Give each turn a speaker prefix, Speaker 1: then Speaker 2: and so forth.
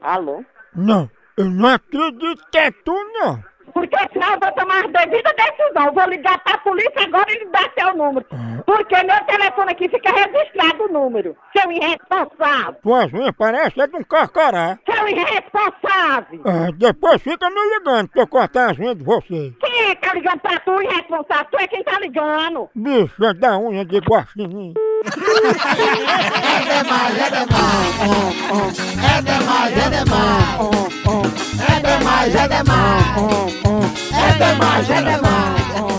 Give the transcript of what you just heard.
Speaker 1: Alô?
Speaker 2: Não, eu não acredito que é tu, não.
Speaker 1: Porque senão eu vou tomar as devidas decisão. Vou ligar pra polícia agora e lhe dar seu número. Porque meu telefone aqui fica registrado o número. Seu irresponsável!
Speaker 2: Tuas unhas parecem é de um carcará.
Speaker 1: Seu irresponsável!
Speaker 2: Ah, depois fica me ligando pra eu cortar as unhas de vocês.
Speaker 1: Quem é que tá ligando pra tu, irresponsável? Tu é quem tá ligando!
Speaker 2: Bicha é da unha de guaxinim.
Speaker 3: É demais, é demais. É demais, é demais. É demais, é demais. É demais, é demais.